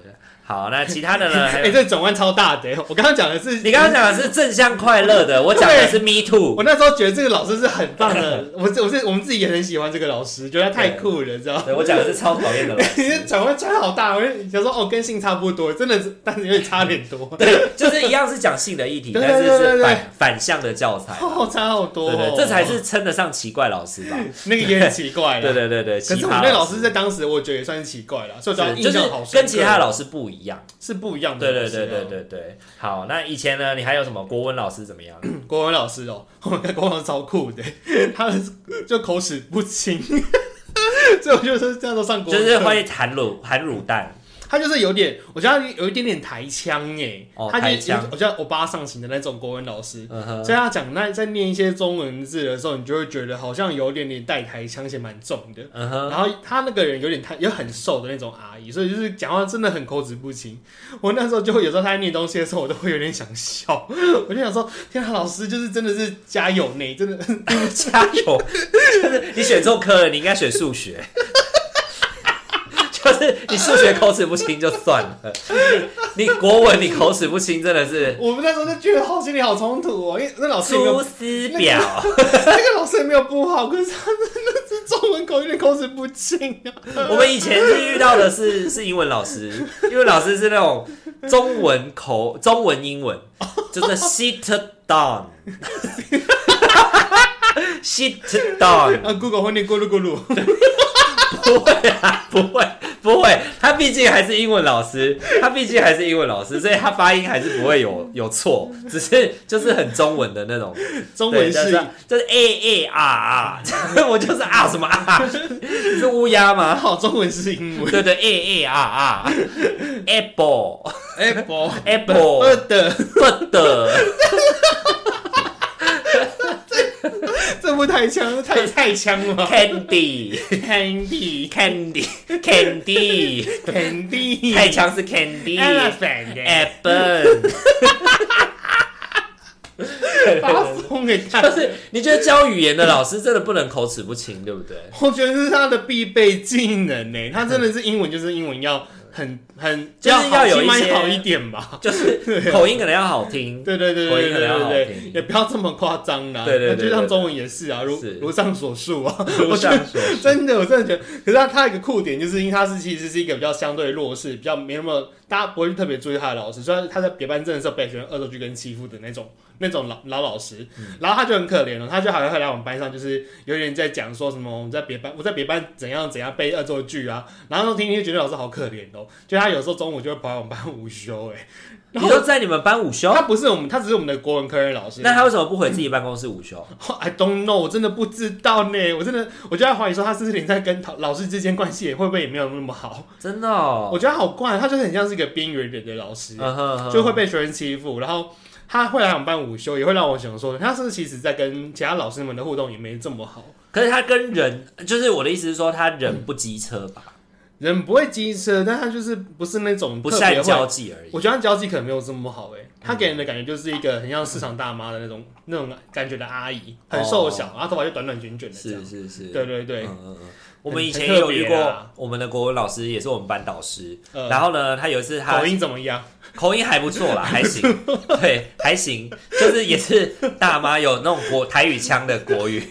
[SPEAKER 1] 好，那其他的呢？还
[SPEAKER 2] 哎、
[SPEAKER 1] 有
[SPEAKER 2] 这转弯超大的耶！我刚刚讲的是
[SPEAKER 1] 你刚刚讲的是正向快乐的，我讲的是 me too。
[SPEAKER 2] 我那时候觉得这个老师是很棒的，我是我是我们自己也很喜欢这个老师，觉得他太酷了，知道吗？
[SPEAKER 1] 对我讲的是超讨厌的老师，
[SPEAKER 2] 你这转弯转好大，我就想说哦，跟性差不多，真的是，但是有点差点多，
[SPEAKER 1] 对，就是一样是讲性的议题，
[SPEAKER 2] 对对
[SPEAKER 1] 但是
[SPEAKER 2] 对对
[SPEAKER 1] 是
[SPEAKER 2] 对
[SPEAKER 1] 反反向的教材。
[SPEAKER 2] 哦，差好多、
[SPEAKER 1] 对
[SPEAKER 2] 哦，
[SPEAKER 1] 对，这才是称得上奇怪老师吧？
[SPEAKER 2] 那个也很奇 怪
[SPEAKER 1] 对对
[SPEAKER 2] 了。
[SPEAKER 1] 对对，
[SPEAKER 2] 可
[SPEAKER 1] 奇
[SPEAKER 2] 是我
[SPEAKER 1] 葩
[SPEAKER 2] 们那老师在当时，我觉得也算是奇怪了，所以我对他
[SPEAKER 1] 是
[SPEAKER 2] 印
[SPEAKER 1] 就是
[SPEAKER 2] 象好深刻
[SPEAKER 1] 跟其他老师不一样。
[SPEAKER 2] 是不一样的
[SPEAKER 1] 对
[SPEAKER 2] 老
[SPEAKER 1] 对
[SPEAKER 2] 师啊。
[SPEAKER 1] 对对对对，好，那以前呢，你还有什么国文老师怎么样？
[SPEAKER 2] 国文老师哦、 我们的国文老师超酷的， 他就口齿不清， 所以我就是这样都上国
[SPEAKER 1] 就
[SPEAKER 2] 文课，
[SPEAKER 1] 是会含卤含卤蛋，
[SPEAKER 2] 他就是有点，我觉得他有一点点台腔哎、
[SPEAKER 1] 哦
[SPEAKER 2] 他就
[SPEAKER 1] 台腔
[SPEAKER 2] 我觉得我爸上行的那种国文老师，
[SPEAKER 1] 嗯哼，
[SPEAKER 2] 所以他讲那在念一些中文字的时候，你就会觉得好像有点点带台腔，而且蛮重的。
[SPEAKER 1] 嗯哼，
[SPEAKER 2] 然后他那个人有点太也很瘦的那种阿姨，所以就是讲话真的很口齿不清。我那时候就会有时候他在念东西的时候，我都会有点想笑， 我就想说，天啊，老师就是真的是家有内，真的
[SPEAKER 1] 加油！就是你选错科了，你应该选数学。就是你数学口齿不清就算了，你国文你口齿不清真的是
[SPEAKER 2] 我们那时候就觉得好心里好冲突哦，因为那老师也没有
[SPEAKER 1] 出师表。
[SPEAKER 2] 那个老师也没有不好，可是他真的是中文口有点口齿不清啊。
[SPEAKER 1] 我们以前是遇到的是是英文老师，英文老师是那种中文口中文英文，就是 sit down，sit down，
[SPEAKER 2] 啊，Google 会念咕噜咕噜，
[SPEAKER 1] 不会啊，不会，不会。他毕竟还是英文老师，他毕竟还是英文老师，所以他发音还是不会有有 错，只是就是很中文的那种，
[SPEAKER 2] 中文
[SPEAKER 1] 对
[SPEAKER 2] 是
[SPEAKER 1] 就是就是 a a 啊啊，我就是啊什么啊， 你是乌鸦吗？
[SPEAKER 2] 好，中文是 英文。
[SPEAKER 1] 对对 a a 啊啊，apple
[SPEAKER 2] Apple
[SPEAKER 1] apple
[SPEAKER 2] 的，
[SPEAKER 1] bird，
[SPEAKER 2] 这不太强，太太强了。
[SPEAKER 1] candy
[SPEAKER 2] Candy
[SPEAKER 1] candy candy，
[SPEAKER 2] Candy
[SPEAKER 1] 太强是 candy。
[SPEAKER 2] Elephant，
[SPEAKER 1] 欸 apple，
[SPEAKER 2] 发疯给
[SPEAKER 1] 就
[SPEAKER 2] 看。
[SPEAKER 1] 是你觉得教语言的老师真的不能口齿不清，对不对？
[SPEAKER 2] 我觉得是他的必备技能呢，他真的是英文就是英文要很很
[SPEAKER 1] 就是要有一
[SPEAKER 2] 起码
[SPEAKER 1] 些
[SPEAKER 2] 好一点吧。啊
[SPEAKER 1] 就是口音可能要好听，
[SPEAKER 2] 对对对
[SPEAKER 1] 口
[SPEAKER 2] 对
[SPEAKER 1] 音可
[SPEAKER 2] 对
[SPEAKER 1] 能要
[SPEAKER 2] 对
[SPEAKER 1] 好
[SPEAKER 2] 对，
[SPEAKER 1] 听
[SPEAKER 2] 也不要这么夸张啦。
[SPEAKER 1] 对对对对
[SPEAKER 2] 就像中文也是啊，如
[SPEAKER 1] 是
[SPEAKER 2] 如上所述啊，
[SPEAKER 1] 如
[SPEAKER 2] 我觉得
[SPEAKER 1] 上所述
[SPEAKER 2] 真的，我真的觉得，可是他他有一个酷点，就是因为他是其实是一个比较相对弱势，比较没那么大家不会特别注意他的老师，所以他在别班证的时候被学生恶作剧跟欺负的那种那种老老老师，
[SPEAKER 1] 嗯
[SPEAKER 2] 然后他就很可怜了，哦他就好像会来我们班上，就是有点在讲说什么我们在别班我在别班怎样怎样被恶作剧啊，然后听听就觉得老师好可怜哦，就他有时候中午就会跑来我们班 午休、欸，哎，
[SPEAKER 1] 你
[SPEAKER 2] 然后
[SPEAKER 1] 说在你们班午休，
[SPEAKER 2] 他不是我们，他只是我们的国文科任老师，
[SPEAKER 1] 那他为什么不回自己办公室午休？
[SPEAKER 2] I don't know，我真的不知道呢。我真的，我就在怀疑说他是不是连在跟老老师之间关系也会不会也没有那么好。
[SPEAKER 1] 真的哦
[SPEAKER 2] 我，觉得好怪，他就是很像是一个边缘人的老师，
[SPEAKER 1] 嗯哼哼
[SPEAKER 2] 就会被学生欺负，然后他会来我们班午休，也会让我想说，他是不是其实在跟其他老师们的互动也没这么好。
[SPEAKER 1] 可是他跟人，就是我的意思是说，他人不机车吧，
[SPEAKER 2] 人不会机车，但他就是不是那种
[SPEAKER 1] 不
[SPEAKER 2] 特
[SPEAKER 1] 善
[SPEAKER 2] 别会
[SPEAKER 1] 交际而已。
[SPEAKER 2] 我觉得他交际可能没有这么好诶、欸他给人的感觉就是一个很像市场大妈的那种那种感觉的阿姨，很瘦小，然后头发就短短卷卷的这样
[SPEAKER 1] 哦是。是是，
[SPEAKER 2] 对对对，
[SPEAKER 1] 嗯嗯嗯。我们以前
[SPEAKER 2] 很
[SPEAKER 1] 也有遇
[SPEAKER 2] 很特别
[SPEAKER 1] 过
[SPEAKER 2] 啊
[SPEAKER 1] 我们的国文老师，也是我们班导师。
[SPEAKER 2] 呃
[SPEAKER 1] 然后呢，他有一次他
[SPEAKER 2] 口音怎么样？
[SPEAKER 1] 口音还不错啦，还行，对，还行，就是也是大妈有那种国台语腔的国语。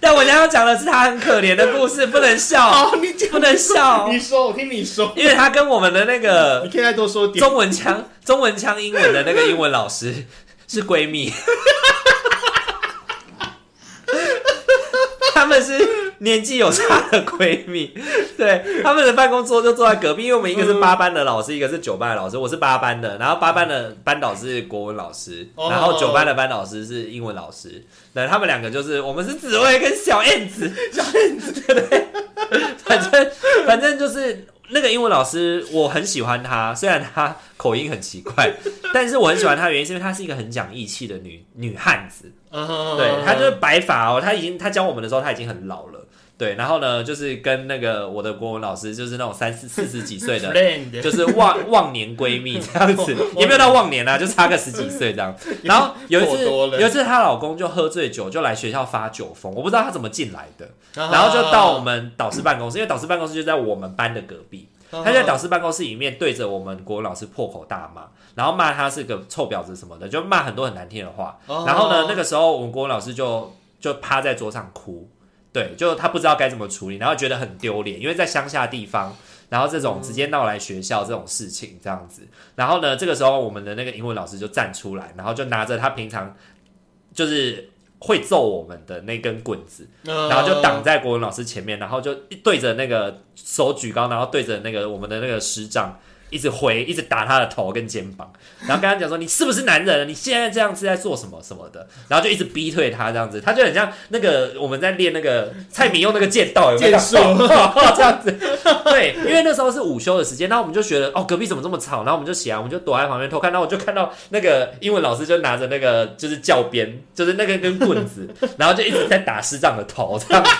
[SPEAKER 1] 但我今天要讲的是他很可怜的故事，不能 笑，
[SPEAKER 2] 哦，你讲
[SPEAKER 1] 不能笑，
[SPEAKER 2] 你说，我听你说，
[SPEAKER 1] 因为他跟我们的那个
[SPEAKER 2] 你可以再多说点。
[SPEAKER 1] 中文腔、中文腔英文的那个英文老师是闺 蜜，他们是年纪有差的闺蜜， 对，他们的办公桌就坐在隔壁，因为我们一个是八班的老师，一个是九班的老师，我是八班的，然后八班的班导是国文老师，
[SPEAKER 2] 哦
[SPEAKER 1] 然后九班的班导师是英文老师，那他们两个就是我们是紫薇跟小燕子，小燕子， 对，反正反正就是。那个英文老师，我很喜欢她，虽然她口音很奇怪，但是我很喜欢她的原因是因为她是一个很讲义气的女女汉子，对，
[SPEAKER 2] 对
[SPEAKER 1] 他就是白发哦，他已经他教我们的时候他已经很老了，对，然后呢，就是跟那个我的国文老师，就是那种三四四十几岁 的，
[SPEAKER 2] friend，
[SPEAKER 1] 就是忘忘年闺蜜这样子，也没有到忘年啊啦、就差个十几岁这样。 然后有一 次，
[SPEAKER 2] 过多了
[SPEAKER 1] 有一次她老公就喝醉酒，就来学校发酒疯，我不知道他怎么进来 的，
[SPEAKER 2] 啊
[SPEAKER 1] 然后就到我们导师办公室，因为导师办公室就在我们班的隔壁，
[SPEAKER 2] 啊，
[SPEAKER 1] 他就在导师办公室里面对着我们国文老师破口大骂，然后骂他是个臭婊子什么的，就骂很多很难听的话。
[SPEAKER 2] 哦
[SPEAKER 1] 然后呢，那个时候我们国文老师就就趴在桌上哭，对，就他不知道该怎么处理，然后觉得很丢脸，因为在乡下地方，然后这种直接闹来学校这种事情这样子。然后呢，这个时候我们的那个英文老师就站出来，然后就拿着他平常就是会揍我们的那根棍子，
[SPEAKER 2] 嗯，
[SPEAKER 1] 然后就挡在国文老师前面，然后就一对着那个手举高，然后对着那个我们的那个师长一直挥，一直打他的头跟肩膀，然后跟他讲说你是不是男人？你现在这样是在做什么什么的？然后就一直逼退他这样子，他就很像那个我们在练那个蔡明用那个剑道有没有
[SPEAKER 2] 剑术
[SPEAKER 1] 这样子，对，因为那时候是午休的时间，然后我们就觉得哦隔壁怎么这么吵，然后我们就起来，我们就躲在旁边偷看，然后我就看到那个英文老师就拿着那个就是教鞭，就是那个根棍子， 然后就一直在打师长的头这样子，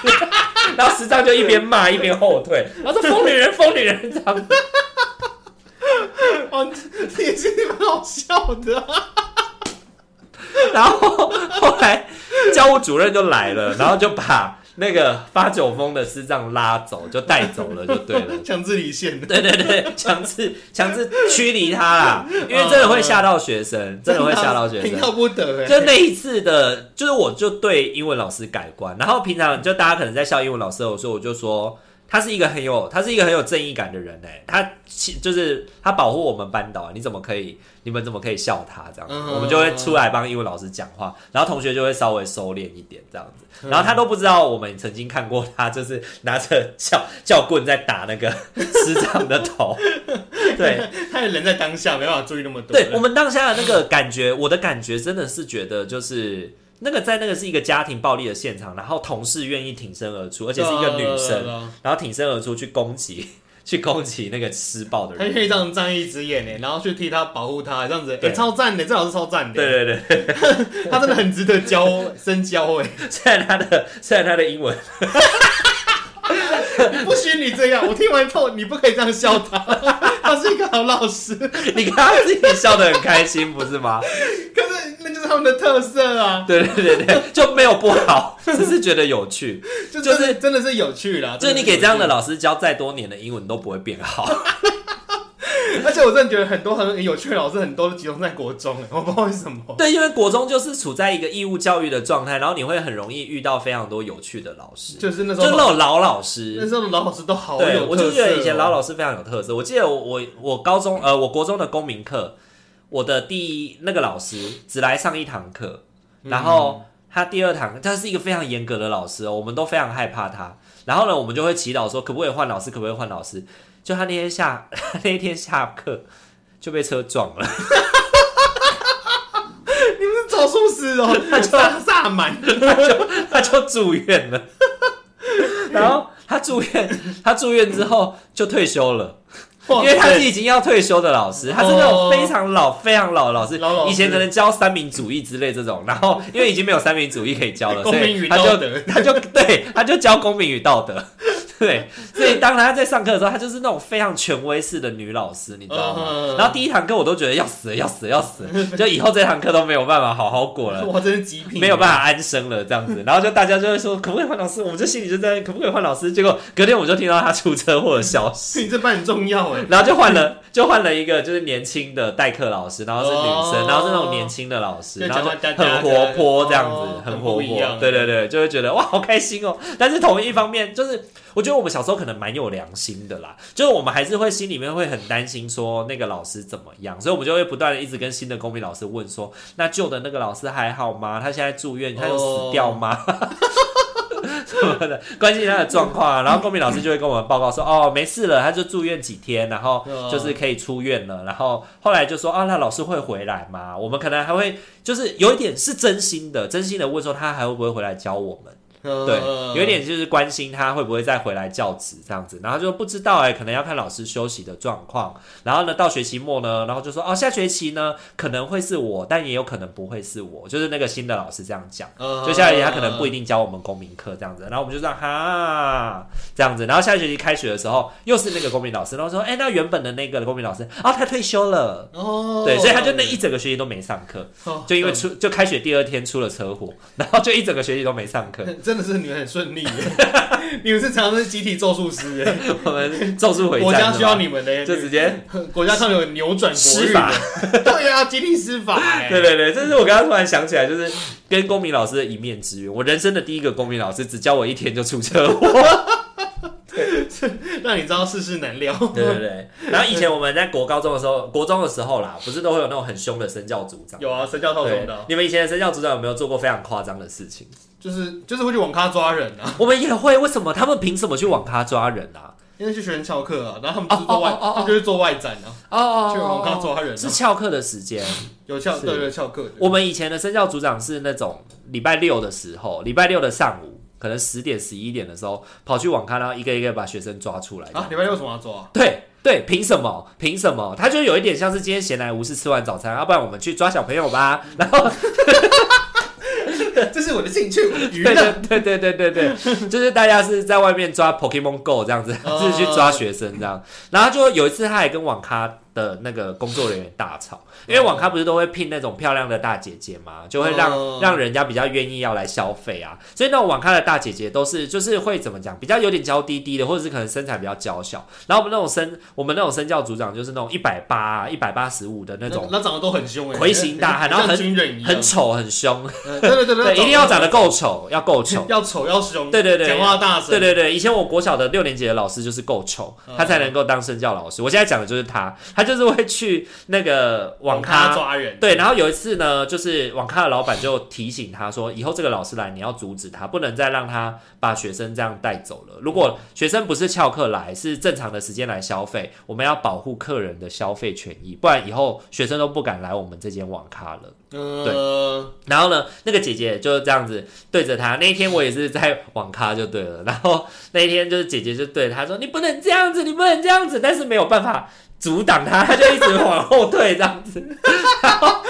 [SPEAKER 1] 然后师长就一边骂一边后退，然后说疯女人疯女人这样子，
[SPEAKER 2] 哦，这也是蛮好笑的啊，
[SPEAKER 1] 然后后来教务主任就来了，然后就把那个发酒疯的师长拉走，就带走了就对了。
[SPEAKER 2] 强制离线的，
[SPEAKER 1] 对对对，强制强制驱离他啦，因为真的会吓到学生，真的会吓到学
[SPEAKER 2] 听
[SPEAKER 1] 生。
[SPEAKER 2] 到不得哎，
[SPEAKER 1] 就那一次的，就是我就对英文老师改观，然后平常就大家可能在笑英文老师的时候，我就说他是一个很有他是一个很有正义感的人哎、他其就是他保护我们班导，啊你怎么可以你们怎么可以笑他这样子？
[SPEAKER 2] 嗯
[SPEAKER 1] 我们就会出来帮英文老师讲话，然后同学就会稍微收敛一点这样子，然后他都不知道我们曾经看过他就是拿着教教棍在打那个 师长的头，对，
[SPEAKER 2] 他的人在当下没办法注意那么多，
[SPEAKER 1] 对我们当下的那个感觉，我的感觉真的是觉得就是。那个在那个是一个家庭暴力的现场，然后同事愿意挺身而出，而
[SPEAKER 2] 而
[SPEAKER 1] 且是一个女
[SPEAKER 2] 啊
[SPEAKER 1] 生，，然后挺身而出去攻击， 去攻击那个施暴的
[SPEAKER 2] 他 可以
[SPEAKER 1] 人。
[SPEAKER 2] 这样仗义执言欸呢，然后去替他保护他，这样子，哎，
[SPEAKER 1] 对
[SPEAKER 2] 超赞的，这老师超赞的，欸
[SPEAKER 1] 对对对，
[SPEAKER 2] 他真的很值得教深交哎，
[SPEAKER 1] 虽然他的虽然他的英文，
[SPEAKER 2] 不许你这样，我听完后你不可以这样 笑他，他是一个好老师，
[SPEAKER 1] 你看他自己笑得很开心，不是吗？
[SPEAKER 2] 可是那就是他们的特色啊，
[SPEAKER 1] 对对对对，就没有不好，只是觉得有 趣。
[SPEAKER 2] 就
[SPEAKER 1] 就
[SPEAKER 2] 真
[SPEAKER 1] 是
[SPEAKER 2] 的真的是有趣啦，
[SPEAKER 1] 就是
[SPEAKER 2] 真
[SPEAKER 1] 你
[SPEAKER 2] 是有
[SPEAKER 1] 给
[SPEAKER 2] 趣
[SPEAKER 1] 这样的老师教再多年的英文都不会变好。
[SPEAKER 2] 而且我真的觉得很多很有趣的老师，很多都集中在国中，哎我不知道为什么。
[SPEAKER 1] 对，因为国中就是处在一个义务教育的状态，然后你会很容易遇到非常多有趣的老师，
[SPEAKER 2] 就是那时
[SPEAKER 1] 就那
[SPEAKER 2] 候，
[SPEAKER 1] 种老老
[SPEAKER 2] 那
[SPEAKER 1] 师。
[SPEAKER 2] 时候老老师都好
[SPEAKER 1] 对，
[SPEAKER 2] 有哦
[SPEAKER 1] 我就觉得以前老
[SPEAKER 2] 老
[SPEAKER 1] 老师非常有特色。我记得我我我高中呃，我国中的公民课，我的第一那个老师只来上一堂课，
[SPEAKER 2] 嗯
[SPEAKER 1] 然后他第二堂他是一个非常严格的老师哦，我们都非常害怕他。然后呢，我们就会祈祷说，可不可以换老师？可不可以换老师？就他那天下 他那天下课就被车撞了，
[SPEAKER 2] 你们是找术师哦，萨萨满，
[SPEAKER 1] 他就他就住院了。 然后他住院，他住院之后就退休了， 因
[SPEAKER 2] 因
[SPEAKER 1] 为他是已经要退休的老师，他是那种非常老、非常老的老师
[SPEAKER 2] 哦老老，师
[SPEAKER 1] 以前可能教三民主义之类这种，然后因为已经没有三民主义可以教了，所
[SPEAKER 2] 公民
[SPEAKER 1] 以
[SPEAKER 2] 与
[SPEAKER 1] 他
[SPEAKER 2] 道
[SPEAKER 1] 就
[SPEAKER 2] 德，
[SPEAKER 1] 他就对他就教公民与道德。对，所以当他在上课的时候，他就是那种非常权威式的女老师，你知道吗？
[SPEAKER 2] 嗯
[SPEAKER 1] 然后第一堂课我都觉得要死了要死了要死 了，就以后这堂课都没有办法好好过了。
[SPEAKER 2] 哇，真是极品，啊
[SPEAKER 1] 没有办法安生了这样子，然后就大家就会说可不可以换老师，我们就心里就在可不可以换老师，结果隔天我就听到他出车祸的消息，
[SPEAKER 2] 你这班很重要哎，
[SPEAKER 1] 然后就换了就换了一个就是年轻的代课老师，然后是女生，
[SPEAKER 2] 哦
[SPEAKER 1] 然后是那种年轻的老师，
[SPEAKER 2] 就
[SPEAKER 1] 然
[SPEAKER 2] 讲
[SPEAKER 1] 后
[SPEAKER 2] 话
[SPEAKER 1] 就
[SPEAKER 2] 大家
[SPEAKER 1] 很活泼这样子
[SPEAKER 2] 哦，
[SPEAKER 1] 很
[SPEAKER 2] 很
[SPEAKER 1] 活
[SPEAKER 2] 不一
[SPEAKER 1] 泼，
[SPEAKER 2] 样
[SPEAKER 1] 对对对，就会觉得哇好开心哦。但是同一方面就是。我觉得我们小时候可能蛮有良心的啦，就是我们还是会心里面会很担心说那个老师怎么样，所以我们就会不断的一直跟新的公民老师问说，那旧的那个老师还好吗？他现在住院，他有死掉吗？什么的， 关心他的状况啊。然后公民老师就会跟我们报告说，哦，没事了，他就住院几天，然后就是可以出院了。然后后来就说，啊，那老师会回来吗？我们可能还会就是有一点是真心的，真心的问说他还会不会回来教我们。对
[SPEAKER 2] 对，
[SPEAKER 1] 有一点就是关心他会不会再回来教职这样子，然后就不知道哎、可能要看老师休息的状况。然后呢，到学期末呢，然后就说哦，下学期呢可能会是我，但也有可能不会是我，就是那个新的老师这样讲。
[SPEAKER 2] 呃
[SPEAKER 1] 就下学期他可能不一定教我们公民课这样子，然后我们就这样哈这样子，然后下学期开学的时候又是那个公民老师，然后说哎、那原本的那个公民老师啊他退休了，
[SPEAKER 2] 哦，
[SPEAKER 1] 对，所以他就那一整个学期都没上课，
[SPEAKER 2] 哦
[SPEAKER 1] 就因为出就开学第二天出了车祸，然后就一整个学期都没上课。
[SPEAKER 2] 真的是你们很顺利耶， 你们是常常是集体咒术师耶，
[SPEAKER 1] 我们咒术回战，
[SPEAKER 2] 国家需要，你们的，
[SPEAKER 1] 就直接
[SPEAKER 2] 国家上有扭转国
[SPEAKER 1] 施
[SPEAKER 2] 运
[SPEAKER 1] 法
[SPEAKER 2] 的，。对啊，集体施法耶，
[SPEAKER 1] 对对对，这是我刚刚突然想起来，就是跟公民老师的一面之缘。我人生的第一个公民老师只教我一天就出车祸。
[SPEAKER 2] 让你知道世事难料。
[SPEAKER 1] 对对对。然后以前我们在国高中的时候，国中的时候啦，不是都会有那种很凶的身教组长？
[SPEAKER 2] 有啊，神教套
[SPEAKER 1] 对
[SPEAKER 2] 中的，
[SPEAKER 1] 你们以前的身教组长有没有做过非常夸张的事情？
[SPEAKER 2] 就是就是会去网咖抓人啊，
[SPEAKER 1] 我们也会，为什么他们凭什么去网咖抓人啊？
[SPEAKER 2] 因为去学生翘课啊，然后他们就是
[SPEAKER 1] 哦哦
[SPEAKER 2] 做外
[SPEAKER 1] 哦哦，
[SPEAKER 2] 他们就是做外展啊，
[SPEAKER 1] 哦哦
[SPEAKER 2] 去网咖抓人
[SPEAKER 1] 是
[SPEAKER 2] 啊，
[SPEAKER 1] 翘课的时间。
[SPEAKER 2] 有翘
[SPEAKER 1] 是
[SPEAKER 2] 对对翘课的，
[SPEAKER 1] 我们以前的身教组长是那种礼拜六的时候，礼拜六的上午，可能十点十一点的时候，跑去网咖，然后一个一个把学生抓出来。
[SPEAKER 2] 啊，礼拜六为什么要抓啊？
[SPEAKER 1] 对对，凭什么？凭什么？他就有一点像是今天闲来无事吃完早餐，要、不然我们去抓小朋友吧。然后
[SPEAKER 2] 这是我的兴趣，我的娱
[SPEAKER 1] 对
[SPEAKER 2] 乐。
[SPEAKER 1] 对对对对对，就是大家是在外面抓 Pokemon Go 这样子，
[SPEAKER 2] 哦
[SPEAKER 1] 就是去抓学生这样。然后就有一次，他还跟网咖的那个工作人员大吵，因为网咖不是都会聘那种漂亮的大姐姐嘛，就会让、
[SPEAKER 2] 哦
[SPEAKER 1] 让人家比较愿意要来消费啊。所以那种网咖的大姐姐都是就是会怎么讲，比较有点娇滴滴的，或者是可能身材比较娇小。然后我们那种身我们那种身教组长就是那种一百八、啊一百八十五的那种，
[SPEAKER 2] 那长得都很凶哎，
[SPEAKER 1] 魁形大汉然后很
[SPEAKER 2] 像军人一样，
[SPEAKER 1] 很丑很凶，
[SPEAKER 2] 呃对对对
[SPEAKER 1] 对，一定要长得
[SPEAKER 2] 够
[SPEAKER 1] 够丑，要够丑。
[SPEAKER 2] 要丑要凶，
[SPEAKER 1] 对对对
[SPEAKER 2] 讲话大声，
[SPEAKER 1] 对对对，以前我国小的六年级的老师就是够丑，
[SPEAKER 2] 嗯
[SPEAKER 1] 他才能够当身教老师。我现在讲的就是他，他就是会去那个网咖。
[SPEAKER 2] 抓人，
[SPEAKER 1] 对，然后有一次呢，就是网咖的老板就提醒他说，以后这个老师来，你要阻止他，不能再让他把学生这样带走了。如果学生不是翘课来，是正常的时间来消费，我们要保护客人的消费权益，不然以后学生都不敢来我们这间网咖了。
[SPEAKER 2] 呃，
[SPEAKER 1] 然后呢，那个姐姐就这样子对着她。那一天我也是在网咖就对了，然后那一天就是姐姐就对她说：“你不能这样子，你不能这样子。”但是没有办法阻挡她，她就一直往后退这样子。然后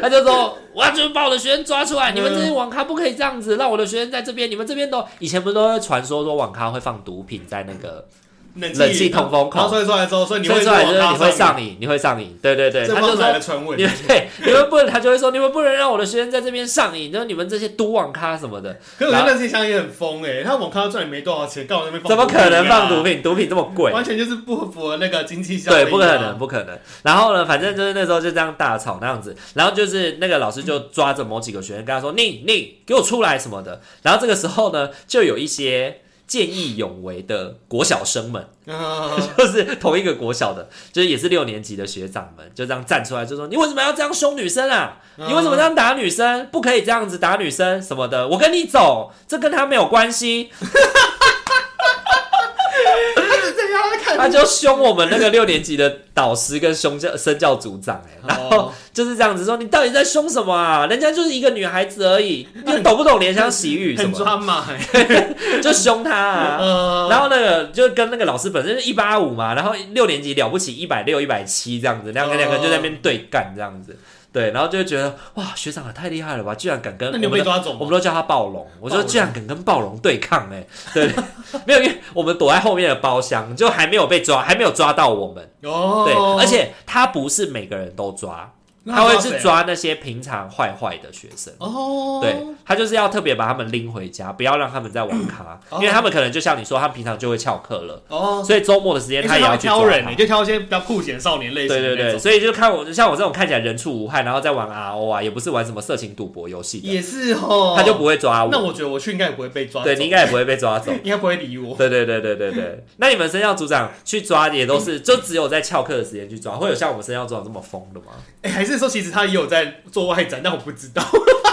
[SPEAKER 1] 她就说：“我要去把我的学生抓出来，你们这些网咖不可以这样子，让我的学生在这边，你们这边都以前不是都会传说说网咖会放毒品在那个，
[SPEAKER 2] 冷
[SPEAKER 1] 冷气通风口
[SPEAKER 2] 然后所以说来之后，所以你
[SPEAKER 1] 所
[SPEAKER 2] 会
[SPEAKER 1] 以出来
[SPEAKER 2] 去
[SPEAKER 1] 就是
[SPEAKER 2] 网
[SPEAKER 1] 你
[SPEAKER 2] 咖
[SPEAKER 1] 会上瘾，你会上瘾。对对对，
[SPEAKER 2] 瘾，这
[SPEAKER 1] 她就
[SPEAKER 2] 方
[SPEAKER 1] 说
[SPEAKER 2] 来的传 闻
[SPEAKER 1] 你，们对，你们不能，他就会说你们不能让我的学生在这边上瘾，就是你们这些毒网咖什么的，
[SPEAKER 2] 可是我觉得那些香也很疯哎，他网咖赚也没多少钱，干嘛那边放
[SPEAKER 1] 怎么可能放毒
[SPEAKER 2] 品
[SPEAKER 1] 品？毒品这么
[SPEAKER 2] 啊？
[SPEAKER 1] 贵，
[SPEAKER 2] 完全就是不符合那个经济效益啊，
[SPEAKER 1] 对，不可能，不可能。然后呢，反正就是那时候就这样大吵那样子，然后就是那个老师就抓着某几个学生跟他说：“你你给我出来什么的。”然后这个时候呢，就有一些见义勇为的国小生们。
[SPEAKER 2] 呃。
[SPEAKER 1] 就是同一个国小的，就是也是六年级的学长们，就这样站出来，就说：“你为什么要这样凶女生啊？
[SPEAKER 2] 嗯
[SPEAKER 1] 你为什么这样打女生？不可以这样子打女生什么的。我跟你走，这跟他没有关 系。
[SPEAKER 2] 这样在”看
[SPEAKER 1] 他就凶我们那个六年级的导师跟凶教身教组长、哎，然后
[SPEAKER 2] 哦
[SPEAKER 1] 就是这样子说：“你到底在凶什么啊？人家就是一个女孩子而 已，你懂不懂怜香惜玉什
[SPEAKER 2] 很
[SPEAKER 1] 么的？
[SPEAKER 2] 抓马欸，
[SPEAKER 1] 就凶她啊。”
[SPEAKER 2] 呃，
[SPEAKER 1] 然后那个就跟那个老师本身是一八五嘛，然后六年级了不起一百六、一百七这样子，两个
[SPEAKER 2] 哦
[SPEAKER 1] 两个就在那边对干这样子，对，然后就会觉得哇，学长也太厉害了吧，居然敢跟
[SPEAKER 2] 那你有
[SPEAKER 1] 我
[SPEAKER 2] 被
[SPEAKER 1] 们的。
[SPEAKER 2] 抓走
[SPEAKER 1] 我
[SPEAKER 2] 吗？
[SPEAKER 1] 们都叫他暴龙，我说
[SPEAKER 2] 暴龙
[SPEAKER 1] 居然敢跟暴龙对抗哎、对， 没有，因为我们躲在后面的包厢，就还没有被抓，还没有抓到我们，
[SPEAKER 2] 哦，
[SPEAKER 1] 对，而且他不是每个人都抓，
[SPEAKER 2] 那
[SPEAKER 1] 他会
[SPEAKER 2] 谁
[SPEAKER 1] 去
[SPEAKER 2] 啊
[SPEAKER 1] 抓那些平常坏坏的学生。
[SPEAKER 2] 哦，
[SPEAKER 1] 对他就是要特别把他们拎回家，不要让他们在网咖，
[SPEAKER 2] 哦
[SPEAKER 1] 因为他们可能就像你说，他们平常就会翘课了，
[SPEAKER 2] 哦，
[SPEAKER 1] 所以周末的时间
[SPEAKER 2] 欸
[SPEAKER 1] 他
[SPEAKER 2] 所以
[SPEAKER 1] 也
[SPEAKER 2] 他
[SPEAKER 1] 要
[SPEAKER 2] 会
[SPEAKER 1] 去抓
[SPEAKER 2] 挑人欸，
[SPEAKER 1] 他
[SPEAKER 2] 你就挑一些比较酷显少年类型
[SPEAKER 1] 对
[SPEAKER 2] 的
[SPEAKER 1] 对
[SPEAKER 2] 那
[SPEAKER 1] 对，
[SPEAKER 2] 种，
[SPEAKER 1] 所以就看我像我这种看起来人畜无害，然后在玩 RO 啊，也不是玩什么色情赌博游戏的，
[SPEAKER 2] 也是哦，
[SPEAKER 1] 他就不会抓
[SPEAKER 2] 那
[SPEAKER 1] 啊我，
[SPEAKER 2] 我觉得我去应该也不会被抓走，
[SPEAKER 1] 对你应该也不会被抓走。
[SPEAKER 2] 应该不会理我。
[SPEAKER 1] 对对对对对对，那你们生肖组长去抓也都是，就只有在翘课的时间去抓，会有像我们生肖组长这么疯的吗？
[SPEAKER 2] 哎，还是说其实他也有在做外展，但我不知道。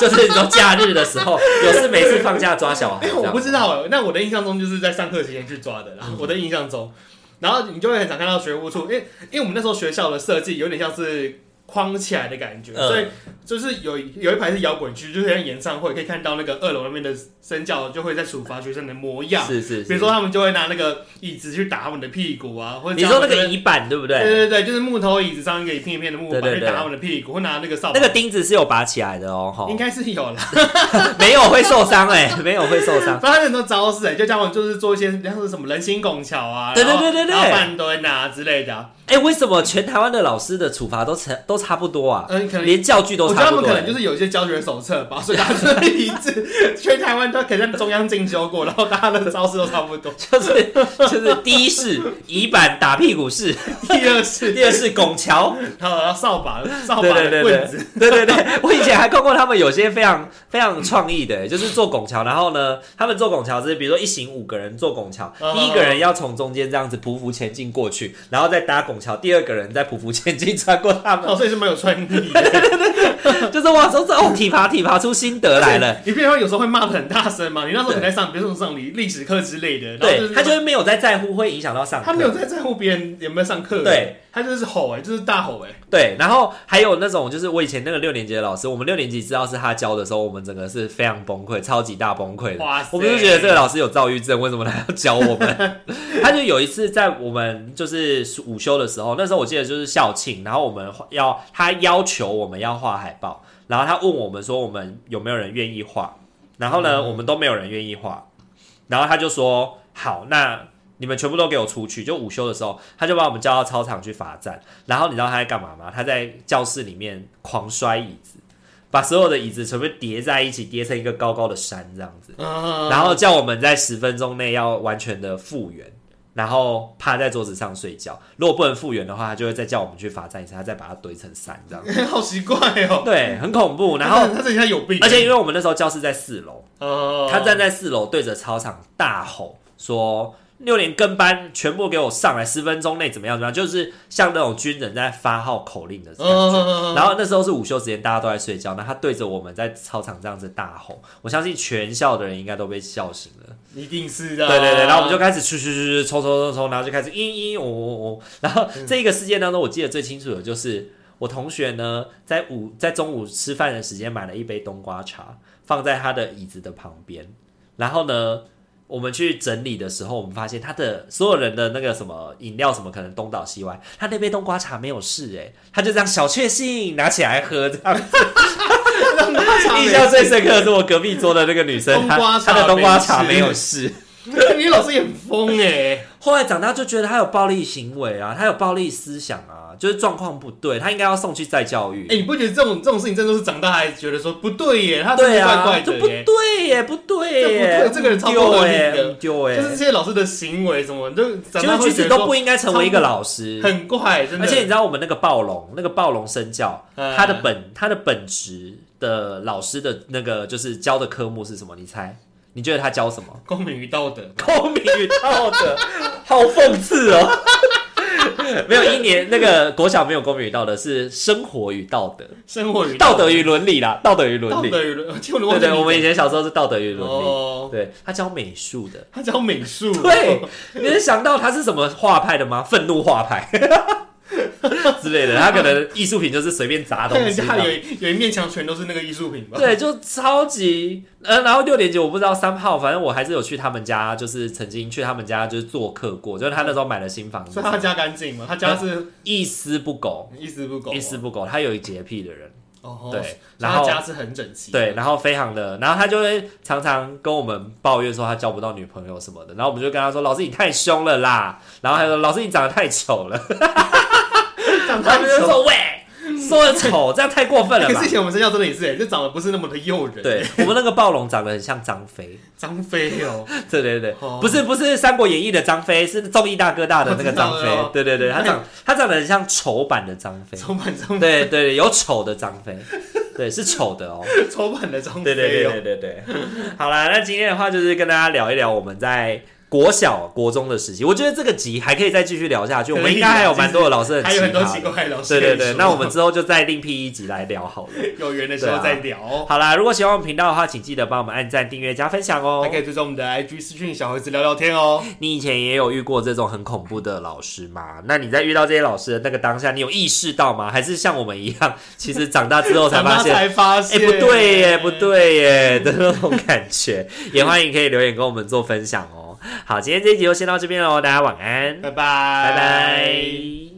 [SPEAKER 1] 就是你说假日的的时候，有事没事放假抓小孩
[SPEAKER 2] 哎、
[SPEAKER 1] 这
[SPEAKER 2] 我
[SPEAKER 1] 样嗯
[SPEAKER 2] 不。知道哎，那我的印象中就是在上课期间去抓的啦。我的印象中，然后你就会很常看到学务处，因为因为我们那时候学校的设计有点像是框起来的感觉，
[SPEAKER 1] 嗯
[SPEAKER 2] 所以就是有有一排是摇滚区，就是像演唱会，可以看到那个二楼那边的身教就会在处罚学生的模样，
[SPEAKER 1] 是是是，
[SPEAKER 2] 比如说他们就会拿那个椅子去打他们的屁股啊，或者
[SPEAKER 1] 你说那
[SPEAKER 2] 叫他
[SPEAKER 1] 个
[SPEAKER 2] 们
[SPEAKER 1] 椅板对不
[SPEAKER 2] 对
[SPEAKER 1] 对？
[SPEAKER 2] 对对，就是木头椅子上一个一片一片的木板
[SPEAKER 1] 对对
[SPEAKER 2] 去
[SPEAKER 1] 对
[SPEAKER 2] 打他们的屁股，或拿那个扫把，
[SPEAKER 1] 那个钉子是有拔起来的哦，哈
[SPEAKER 2] 应，该是有啦。
[SPEAKER 1] 没有会受伤哎，没有会受伤。
[SPEAKER 2] 反正很多招式、欸，就叫我们就是做一些像是什么人心拱桥啊，
[SPEAKER 1] 对
[SPEAKER 2] 然后
[SPEAKER 1] 对对对对
[SPEAKER 2] 然后半蹲啊之类的啊、
[SPEAKER 1] 哎，为什么全台湾的老师的处罚都差都差不多啊？
[SPEAKER 2] 嗯，可能
[SPEAKER 1] 连教具
[SPEAKER 2] 我
[SPEAKER 1] 都
[SPEAKER 2] 觉得
[SPEAKER 1] 差
[SPEAKER 2] 他
[SPEAKER 1] 不
[SPEAKER 2] 们
[SPEAKER 1] 多
[SPEAKER 2] 可能
[SPEAKER 1] 欸。
[SPEAKER 2] 就是有一些教学手册吧，所以大家就是一致，全台湾都可以在中央进修过，然后大家的招式都差不多。
[SPEAKER 1] 就是就是第一式椅板打屁股式，
[SPEAKER 2] 第二是，
[SPEAKER 1] 第二式拱桥，
[SPEAKER 2] 然后然后扫把、扫把
[SPEAKER 1] 对对
[SPEAKER 2] 的
[SPEAKER 1] 对
[SPEAKER 2] 棍
[SPEAKER 1] 对
[SPEAKER 2] 子，
[SPEAKER 1] 对对对，我以前还看过他们有些非常非常创意的，欸就是做拱桥，然后呢，他们做拱桥是比如说一行五个人做拱桥，
[SPEAKER 2] 嗯
[SPEAKER 1] 第一个人要从中间这样子匍匐前进过去，然后再搭拱桥，第二个人再匍匐前进穿过他们，
[SPEAKER 2] 哦，所以是没有穿衣的。
[SPEAKER 1] 就是哇，说这哦体罚体罚出心得来了。
[SPEAKER 2] 你平常有时候会骂的很大声嘛，你那时候可能在上，比如说上历历史课之类的，然后
[SPEAKER 1] 对
[SPEAKER 2] 就是
[SPEAKER 1] 他就是没有在在乎，会影响到上课。
[SPEAKER 2] 他没有在在乎别人有没有上课，
[SPEAKER 1] 对，
[SPEAKER 2] 他就是吼哎、就是大吼哎、
[SPEAKER 1] 对，然后还有那种就是我以前那个六年级的老师，我们六年级知道是他教的时候，我们整个是非常崩溃，超级大崩溃的。
[SPEAKER 2] 哇塞
[SPEAKER 1] 我们就觉得这个老师有躁郁症，为什么他要教我们？ 他就有一次在我们就是午休的时候，那时候我记得就是校庆，然后我们要他要求我们要画海报，然后他问我们说我们有没有人愿意画，然后呢、我们都没有人愿意画，然后他就说好，那你们全部都给我出去。就午休的时候，他就把我们叫到操场去罚站。然后你知道他在干嘛吗？他在教室里面狂摔椅子，把所有的椅子全部叠在一起，叠成一个高高的山这样子。
[SPEAKER 2] 啊
[SPEAKER 1] 然后叫我们在十分钟内要完全的复原，然后趴在桌子上睡觉。如果不能复原的话，他就会再叫我们去罚站一次，他再把它堆成山这样。
[SPEAKER 2] 好奇怪哦。
[SPEAKER 1] 对，很恐怖。然 后，
[SPEAKER 2] 他这下有病，
[SPEAKER 1] 而且因为我们那时候教室在四楼，
[SPEAKER 2] 哦，
[SPEAKER 1] 他站在四楼对着操场大吼说：“六年跟班全部给我上来，十分钟内怎么样怎么样？”就是像那种军人在发号口令的感觉。
[SPEAKER 2] 嗯，
[SPEAKER 1] 然后那时候是午休时间，大家都在睡觉，那他对着我们在操场这样子大吼，我相信全校的人应该都被笑醒了。
[SPEAKER 2] 一定是啊
[SPEAKER 1] 对
[SPEAKER 2] 的，
[SPEAKER 1] 对对，然后我们就开始去去去去抽抽抽抽，然后就开始嘤嘤哦哦哦。然后
[SPEAKER 2] 嗯
[SPEAKER 1] 这个事件当中，我记得最清楚的就是我同学呢，在午在中午吃饭的时间买了一杯冬瓜茶，放在他的椅子的旁边。然后呢，我们去整理的时候，我们发现他的所有人的那个什么饮料什么，可能东倒西歪，他那杯冬瓜茶没有事诶、他就这样小确幸拿起来喝这样。 印象最 深刻的是我隔壁桌的那个女生，
[SPEAKER 2] 冬
[SPEAKER 1] 她
[SPEAKER 2] 瓜茶
[SPEAKER 1] 她的冬瓜
[SPEAKER 2] 没
[SPEAKER 1] 茶
[SPEAKER 2] 事
[SPEAKER 1] 没有事。
[SPEAKER 2] 你老师也很疯哎，
[SPEAKER 1] 后来长大就觉得他有暴力行为啊，他有暴力思想啊，就是状况不对，他应该要送去再教育。
[SPEAKER 2] 哎，你不觉得这种这种事情真的是长大还觉得说不对耶？他真
[SPEAKER 1] 对
[SPEAKER 2] 的怪
[SPEAKER 1] 啊，
[SPEAKER 2] 怪
[SPEAKER 1] 这
[SPEAKER 2] 的
[SPEAKER 1] 不
[SPEAKER 2] 耶，
[SPEAKER 1] 对耶，不对
[SPEAKER 2] 这
[SPEAKER 1] 耶，
[SPEAKER 2] 不对这个人超不
[SPEAKER 1] 丢
[SPEAKER 2] 合理
[SPEAKER 1] 哎，
[SPEAKER 2] 的
[SPEAKER 1] 很丢哎
[SPEAKER 2] 就，是这些老师的行为什么，就长大
[SPEAKER 1] 就
[SPEAKER 2] 会
[SPEAKER 1] 举止
[SPEAKER 2] 觉得
[SPEAKER 1] 都不
[SPEAKER 2] 说
[SPEAKER 1] 应该成为一个老师。
[SPEAKER 2] 很怪，真的。
[SPEAKER 1] 而且你知道我们那个暴龙，那个暴龙身教，
[SPEAKER 2] 嗯
[SPEAKER 1] 他的本他的本职的老师的那个就是教的科目是什么？你猜？你觉得他教什么？
[SPEAKER 2] 公民与道德，
[SPEAKER 1] 公民与道德，好讽刺哦。 没有一年那个国小没有公民与道德，是生活与道德，
[SPEAKER 2] 生活与
[SPEAKER 1] 道德与伦理啦，道德与伦
[SPEAKER 2] 道
[SPEAKER 1] 理。
[SPEAKER 2] 德与伦，就
[SPEAKER 1] 对对，我们以前小时候是道德与伦理。
[SPEAKER 2] 哦，
[SPEAKER 1] 对他教美术的，
[SPEAKER 2] 他教美术，
[SPEAKER 1] 对，你能想到他是什么画派的吗？愤怒画派 之类的，他可能艺术品就是随便砸东
[SPEAKER 2] 看 人
[SPEAKER 1] 西这
[SPEAKER 2] 家
[SPEAKER 1] 样。
[SPEAKER 2] 有一有一面墙全都是那个艺术 品吧？
[SPEAKER 1] 对，就超级呃，然后六年级我不知道三号，反正我还是有去他们家，就是曾经去他们家就是做客过，就是他那时候买了新房
[SPEAKER 2] 所
[SPEAKER 1] 子
[SPEAKER 2] 以，他家干净嘛，他家是
[SPEAKER 1] 一丝不苟，
[SPEAKER 2] 一丝不苟啊，
[SPEAKER 1] 一丝不苟，他有一洁癖的人，
[SPEAKER 2] 哦，
[SPEAKER 1] 对
[SPEAKER 2] 所以
[SPEAKER 1] 然后
[SPEAKER 2] 他家是啊很整齐，，
[SPEAKER 1] 对，然后非常的，然后他就会常常跟我们抱怨说他交不到女朋友什么的，然后我们就跟他说老师你太凶了啦，然后他说老师你长得太丑了，
[SPEAKER 2] 长
[SPEAKER 1] 他
[SPEAKER 2] 太
[SPEAKER 1] 们就
[SPEAKER 2] 丑。
[SPEAKER 1] 说喂，说的丑这样太过分了
[SPEAKER 2] 可
[SPEAKER 1] 吧
[SPEAKER 2] 是以？前我们身教真的也是，哎，就长得不是那么的诱人，，
[SPEAKER 1] 对我们那个暴龙长得很像张飞，
[SPEAKER 2] 张飞 哦，
[SPEAKER 1] 对对对，
[SPEAKER 2] 哦
[SPEAKER 1] 不是不是《三国演义》的张飞，是综艺大哥大的那个张
[SPEAKER 2] 我
[SPEAKER 1] 飞
[SPEAKER 2] 知道了。哦
[SPEAKER 1] 对对 对，他长他长得很像丑版的张飞。
[SPEAKER 2] 丑版张
[SPEAKER 1] 对对对，有丑的张飞，对是丑的哦。
[SPEAKER 2] 丑版的张
[SPEAKER 1] 对对
[SPEAKER 2] 飞
[SPEAKER 1] 对
[SPEAKER 2] 哦，
[SPEAKER 1] 对对对。好啦，那今天的话就是跟大家聊一聊我们在。国小、国中的时期，我觉得这个集还可以再继续聊下去。我
[SPEAKER 2] 可以啊
[SPEAKER 1] 们应该还有蛮多的老师很
[SPEAKER 2] 还
[SPEAKER 1] 奇
[SPEAKER 2] 有很多奇
[SPEAKER 1] 葩的。
[SPEAKER 2] 怪的老
[SPEAKER 1] 对
[SPEAKER 2] 师可
[SPEAKER 1] 对
[SPEAKER 2] 以说。
[SPEAKER 1] 对，那我们之后就再另辟一集来聊好了。
[SPEAKER 2] 有缘的时候再聊。
[SPEAKER 1] 好啦，如果喜欢我们频道的话，请记得帮我们按赞、订阅、加分享哦
[SPEAKER 2] 还。可以追踪我们的 IG 私讯小盒子聊聊天哦。
[SPEAKER 1] 你以前也有遇过这种很恐怖的老师吗？那你在遇到这些老师的那个当下，你有意识到吗？还是像我们一样， 其实长大之后才发现，
[SPEAKER 2] 才发
[SPEAKER 1] 哎、
[SPEAKER 2] 现，
[SPEAKER 1] 不对耶，不。对耶的那种感觉？也欢迎可以留言跟我们做分享哦。好，今天这一集就先到这边喽，大家晚安，
[SPEAKER 2] 拜拜，
[SPEAKER 1] 拜
[SPEAKER 2] 拜
[SPEAKER 1] 拜